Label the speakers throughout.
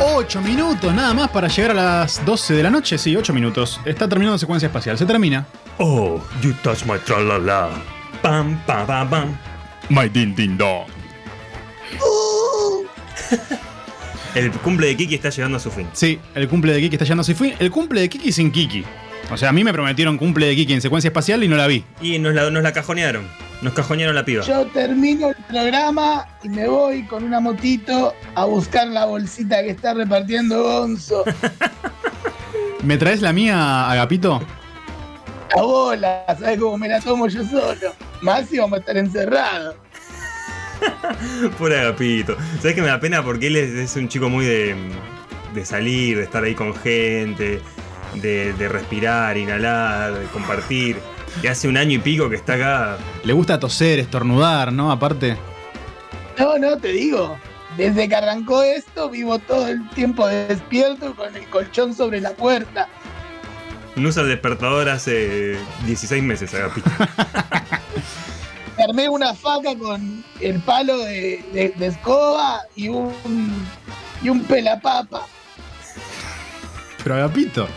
Speaker 1: 8 minutos nada más para llegar a las 12 de la noche. Sí, 8 minutos. Está terminando secuencia espacial. Se termina.
Speaker 2: Oh, you touch my tralala. Pam, pam, pam, pam.
Speaker 3: My din din dong.
Speaker 2: El cumple de Kiki está llegando a su fin.
Speaker 1: Sí, el cumple de Kiki está yendo así. Fui el cumple de Kiki sin Kiki. O sea, a mí me prometieron cumple de Kiki en secuencia espacial y no la vi.
Speaker 2: Y nos la, nos la cajonearon. Nos cajonearon la piba.
Speaker 4: Yo termino el programa y me voy con una motito a buscar la bolsita que está repartiendo Gonzo.
Speaker 1: ¿Me traes la mía, Agapito?
Speaker 4: La bola, ¿sabes cómo me la tomo yo solo? Más si vamos a estar encerrados.
Speaker 2: Pobre Agapito. ¿Sabes que me da pena? Porque él es, es un chico muy de, de salir, de estar ahí con gente, de, de respirar, inhalar, de compartir. Y hace un año y pico que está acá.
Speaker 1: Le gusta toser, estornudar, ¿no? Aparte.
Speaker 4: No, no, te digo. Desde que arrancó esto, vivo todo el tiempo despierto con el colchón sobre la puerta.
Speaker 2: No usa el despertador hace 16 meses, Agapito.
Speaker 4: Me armé una faca con el palo de, de- de escoba y un, y un pelapapa.
Speaker 1: Pero Agapito,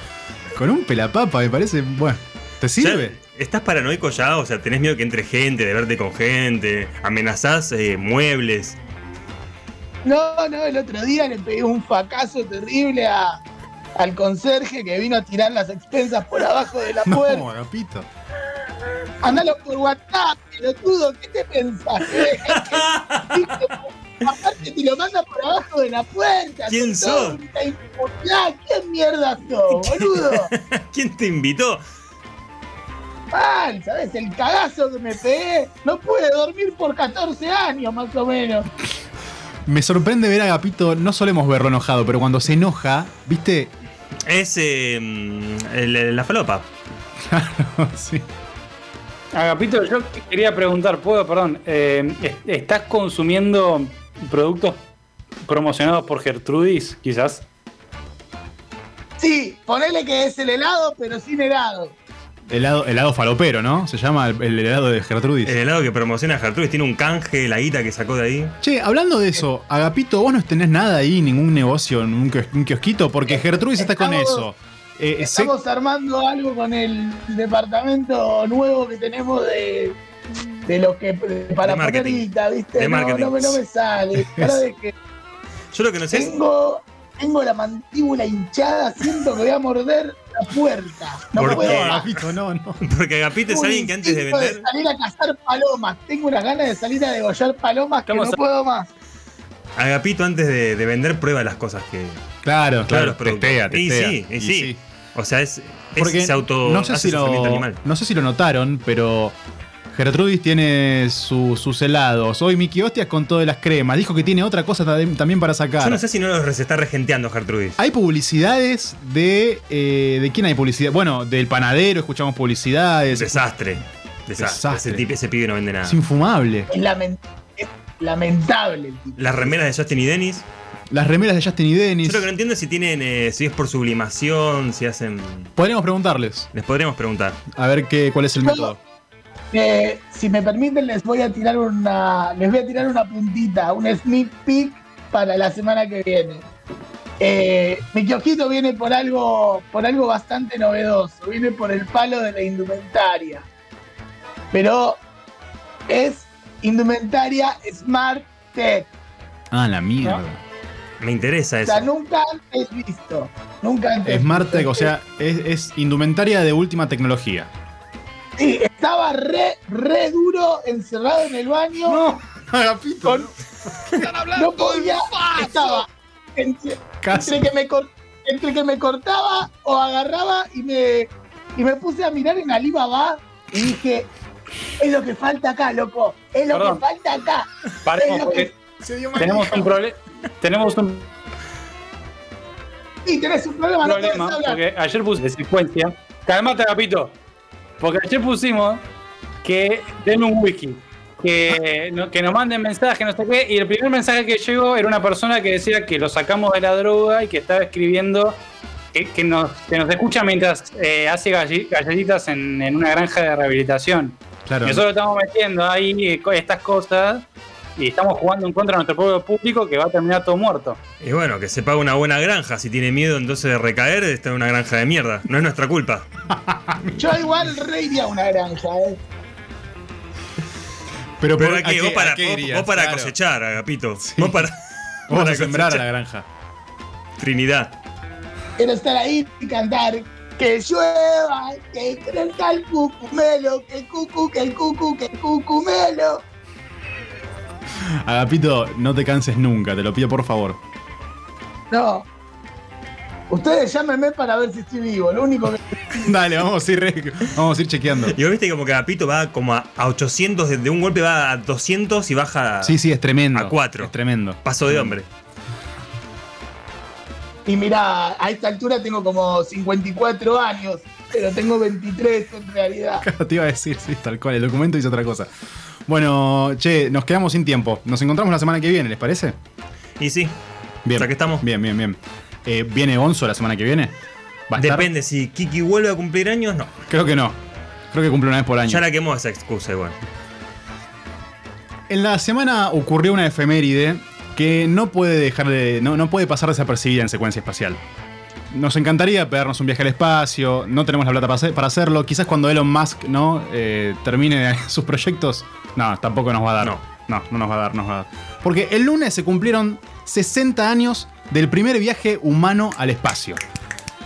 Speaker 1: con un pelapapa me parece. Bueno, ¿te sirve?
Speaker 2: Ya, ¿Estás paranoico ya? O sea, ¿tenés miedo que entre gente, de verte con gente? ¿Amenazás eh, muebles?
Speaker 4: No, no, el otro día le pegué un facazo terrible a- al conserje que vino a tirar las expensas por abajo de la puerta.
Speaker 1: No, Agapito.
Speaker 4: Andalo por WhatsApp, pelotudo, ¿qué te pensás? Aparte te lo manda por abajo de la puerta.
Speaker 2: ¿Quién
Speaker 4: todo
Speaker 2: sos?
Speaker 4: un impunidad. ¿Qué mierda sos, boludo?
Speaker 2: ¿Quién te invitó?
Speaker 4: Mal, ¿sabes? El cagazo que me pegué. No pude dormir por 14 años, más o menos.
Speaker 1: Me sorprende ver a Agapito, no solemos verlo enojado, pero cuando se enoja, ¿viste?
Speaker 2: Es eh, mm, el- la falopa.
Speaker 1: sí.
Speaker 5: Agapito, yo quería preguntar, puedo, perdón, eh, ¿est- ¿estás consumiendo productos promocionados por Gertrudis, quizás?
Speaker 4: Sí, ponele que es el helado, pero sin helado.
Speaker 1: Helado, helado falopero, ¿no? Se llama el, el helado de Gertrudis.
Speaker 2: El helado que promociona Gertrudis tiene un canje, la guita que sacó de ahí.
Speaker 1: Che, hablando de eso, Agapito, vos no tenés nada ahí, ningún negocio, un, kios- un kiosquito,
Speaker 2: Eh,
Speaker 1: porque Gertrudis está con eso.
Speaker 4: Estamos-
Speaker 1: Eh, eh, se-
Speaker 4: Estamos armando algo con el departamento nuevo que tenemos de, de los que para
Speaker 2: De marketing.
Speaker 4: poner guita, ¿viste?
Speaker 2: De
Speaker 4: No,
Speaker 2: marketing.
Speaker 4: No, me- no me sale. Ahora de que
Speaker 2: Yo lo que no sé es.
Speaker 4: tengo, tengo la mandíbula hinchada, siento que voy a morder la puerta. No
Speaker 2: ¿Por
Speaker 4: puedo.
Speaker 2: qué?
Speaker 4: más.
Speaker 1: Agapito, no, no.
Speaker 2: Porque Agapito es
Speaker 4: Tengo un
Speaker 2: alguien que antes de
Speaker 4: instinto
Speaker 2: vender.
Speaker 4: salir a cazar palomas. Tengo unas ganas de salir a degollar palomas
Speaker 5: Estamos
Speaker 4: que no
Speaker 5: a-
Speaker 4: puedo más.
Speaker 2: Agapito antes de, de vender prueba las cosas que.
Speaker 1: Claro, claro,
Speaker 2: los productos.
Speaker 1: testea,
Speaker 2: Y
Speaker 1: testea.
Speaker 2: sí, y
Speaker 1: Y
Speaker 2: sí.
Speaker 1: sí.
Speaker 2: O sea, es. es-
Speaker 1: Porque
Speaker 2: se auto.
Speaker 1: no, sé
Speaker 2: hace
Speaker 1: si lo,
Speaker 2: sufrimiento animal.
Speaker 1: no sé si lo notaron, pero Gertrudis tiene su- sus helados. Hoy Miki Hostias con todas las cremas. Dijo que tiene otra cosa tam- también para sacar.
Speaker 2: Yo no sé si no los está regenteando Gertrudis.
Speaker 1: Hay publicidades de. eh, ¿De quién hay publicidad? Bueno, del panadero, escuchamos publicidades.
Speaker 2: Desastre. Desastre.
Speaker 1: Desastre.
Speaker 2: Ese, tipo- ese pibe no vende nada.
Speaker 1: Es infumable.
Speaker 4: Es, lamen- es lamentable el tipo.
Speaker 2: Las remeras de Justin y Dennis.
Speaker 1: Las remeras de Justin y Dennis.
Speaker 2: Yo lo que no entiendo es si tienen. eh, si es por sublimación, si hacen.
Speaker 1: Podríamos preguntarles.
Speaker 2: Les podríamos preguntar.
Speaker 1: A ver qué, cuál es el
Speaker 4: Yo-
Speaker 1: método.
Speaker 4: Eh, si me permiten, les voy a tirar una. Les voy a tirar una puntita, un sneak peek para la semana que viene. Eh, mi kiosquito viene por algo, por algo bastante novedoso. Viene por el palo de la indumentaria. Pero es indumentaria Smart Tech.
Speaker 1: Ah, la mierda.
Speaker 2: Me interesa
Speaker 4: O
Speaker 2: eso.
Speaker 4: sea, nunca antes visto. Nunca antes.
Speaker 1: Smart Tech,
Speaker 4: visto.
Speaker 1: o sea, es, es indumentaria de última tecnología.
Speaker 4: Sí, estaba re, re duro, encerrado en el baño.
Speaker 2: Ah,
Speaker 1: Agapito,
Speaker 4: Con- No podía. Estaba. Entre,
Speaker 1: casi.
Speaker 4: entre que me cor- entre que me cortaba o agarraba y me, y me puse a mirar en Alibaba y dije, es lo que falta acá, loco. Es lo
Speaker 5: Perdón.
Speaker 4: que falta acá.
Speaker 5: Paremos,
Speaker 4: Pero-
Speaker 5: porque tenemos un problema. Tenemos un
Speaker 4: Y tenés un problema, no podés
Speaker 5: problema,
Speaker 4: hablar.
Speaker 5: porque ayer puse de secuencia. Calmate, Agapito. Porque ayer pusimos que den un wiki. Que, no- que nos manden mensajes, no sé qué. Y el primer mensaje que llegó era una persona que decía que lo sacamos de la droga y que estaba escribiendo. Que, que nos, que nos escucha mientras eh, hace galli- galletitas en, en una granja de rehabilitación.
Speaker 1: Claro.
Speaker 5: Nosotros estamos metiendo ahí eh, co- estas cosas y estamos jugando en contra de nuestro propio público que va a terminar todo muerto.
Speaker 2: Y bueno, que se paga una buena granja. Si tiene miedo entonces de recaer, está en una granja de mierda. No es nuestra culpa.
Speaker 4: Yo igual reiría una granja, ¿eh?
Speaker 1: Pero,
Speaker 2: Pero
Speaker 1: por-
Speaker 2: aquí, vos
Speaker 6: qué-
Speaker 2: para,
Speaker 6: a qué
Speaker 2: vos-
Speaker 6: irías?
Speaker 2: vos para
Speaker 6: Claro.
Speaker 2: cosechar, Agapito. Vos para,
Speaker 1: vamos
Speaker 2: para
Speaker 1: a sembrar a la
Speaker 2: cosechar.
Speaker 1: granja.
Speaker 2: Trinidad.
Speaker 4: Quiero estar ahí y cantar. Que llueva, que crezca el cucumelo, que el cucu, que el cucu, que el cucumelo.
Speaker 1: Agapito, no te canses nunca, te lo pido por favor.
Speaker 4: No. Ustedes llámenme para ver si estoy vivo. Lo único que.
Speaker 1: Dale, vamos a ir, re- vamos a ir chequeando.
Speaker 2: Y vos viste como que Agapito va como a, a 800, de, de un golpe va a 200 y baja a
Speaker 1: Sí, sí, es tremendo.
Speaker 2: A cuatro.
Speaker 1: Es tremendo.
Speaker 2: paso de hombre.
Speaker 4: Y mirá, a esta altura tengo como 54 años, pero tengo 23 en realidad.
Speaker 1: Te iba a decir, sí, tal cual. El documento dice otra cosa. Bueno, che, nos quedamos sin tiempo. Nos encontramos la semana que viene, ¿les parece?
Speaker 2: Y sí,
Speaker 1: Bien.
Speaker 2: O sea que estamos.
Speaker 1: Bien, bien, bien. Eh, ¿Viene Gonzo la semana que viene? ¿Va a estar?
Speaker 2: depende. Si Kiki vuelve a cumplir años, no.
Speaker 1: Creo que no. Creo que cumple una vez por año.
Speaker 2: Ya la quemó esa excusa igual.
Speaker 1: En la semana ocurrió una efeméride que no puede dejar de. No, no puede pasar desapercibida en secuencia espacial. Nos encantaría pegarnos un viaje al espacio, no tenemos la plata para, hacer- para hacerlo. Quizás cuando Elon Musk no Eh, termine sus proyectos, no, tampoco nos va a dar.
Speaker 2: No.
Speaker 1: no, no nos va a dar, nos va a dar. Porque el lunes se cumplieron 60 años del primer viaje humano al espacio.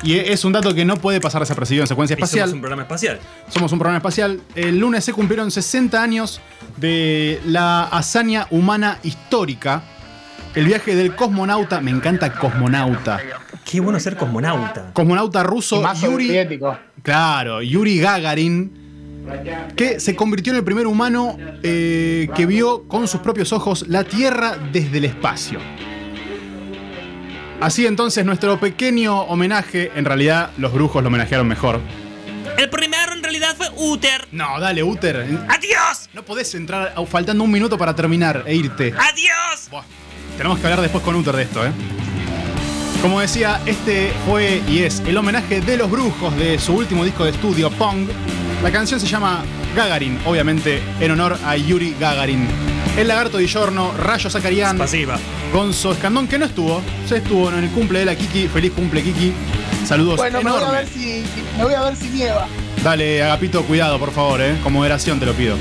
Speaker 1: Y es un dato que no puede pasar desapercibido en secuencia
Speaker 2: Hicimos
Speaker 1: espacial.
Speaker 2: un programa espacial.
Speaker 1: Somos un programa espacial. El lunes se cumplieron 60 años de la hazaña humana histórica. El viaje del cosmonauta, me encanta cosmonauta.
Speaker 2: Qué bueno ser cosmonauta.
Speaker 1: Cosmonauta ruso
Speaker 4: Más
Speaker 1: Yuri,
Speaker 4: soviético.
Speaker 1: claro, Yuri Gagarin, que se convirtió en el primer humano eh, que vio con sus propios ojos la Tierra desde el espacio. Así entonces nuestro pequeño homenaje, en realidad los brujos lo homenajearon mejor.
Speaker 2: El primero en realidad fue Uter.
Speaker 1: No, dale, Uter,
Speaker 2: ¡Adiós!
Speaker 1: No podés entrar au- faltando un minuto para terminar e irte.
Speaker 2: ¡Adiós!
Speaker 1: Buah, tenemos que hablar después con Uther de esto, ¿eh? Como decía, este fue y es el homenaje de los brujos de su último disco de estudio, Pong. La canción se llama Gagarin, obviamente en honor a Yuri Gagarin. El lagarto de Giorno, Rayo Zacarián,
Speaker 2: Pasiva.
Speaker 1: Gonzo Escandón, que no estuvo, se estuvo en el cumple de la Kiki. Feliz cumple, Kiki. Saludos
Speaker 4: Bueno, me voy, a ver
Speaker 1: enormes.
Speaker 4: si, me voy a ver si nieva.
Speaker 1: Dale, Agapito, cuidado, por favor, ¿eh? Con moderación te lo pido.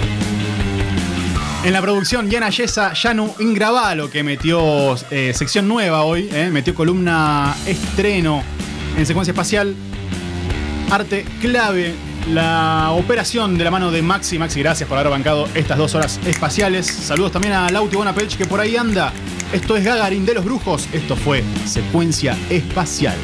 Speaker 1: En la producción, Yana Yesa, Yanu Ingravalo, que metió eh, sección nueva hoy, ¿eh? metió columna estreno en secuencia espacial. Arte clave, la operación de la mano de Maxi. Maxi, gracias por haber bancado estas dos horas espaciales. Saludos también a Lauti Bonapelch, que por ahí anda. Esto es Gagarin de los Brujos. Esto fue Secuencia Espacial.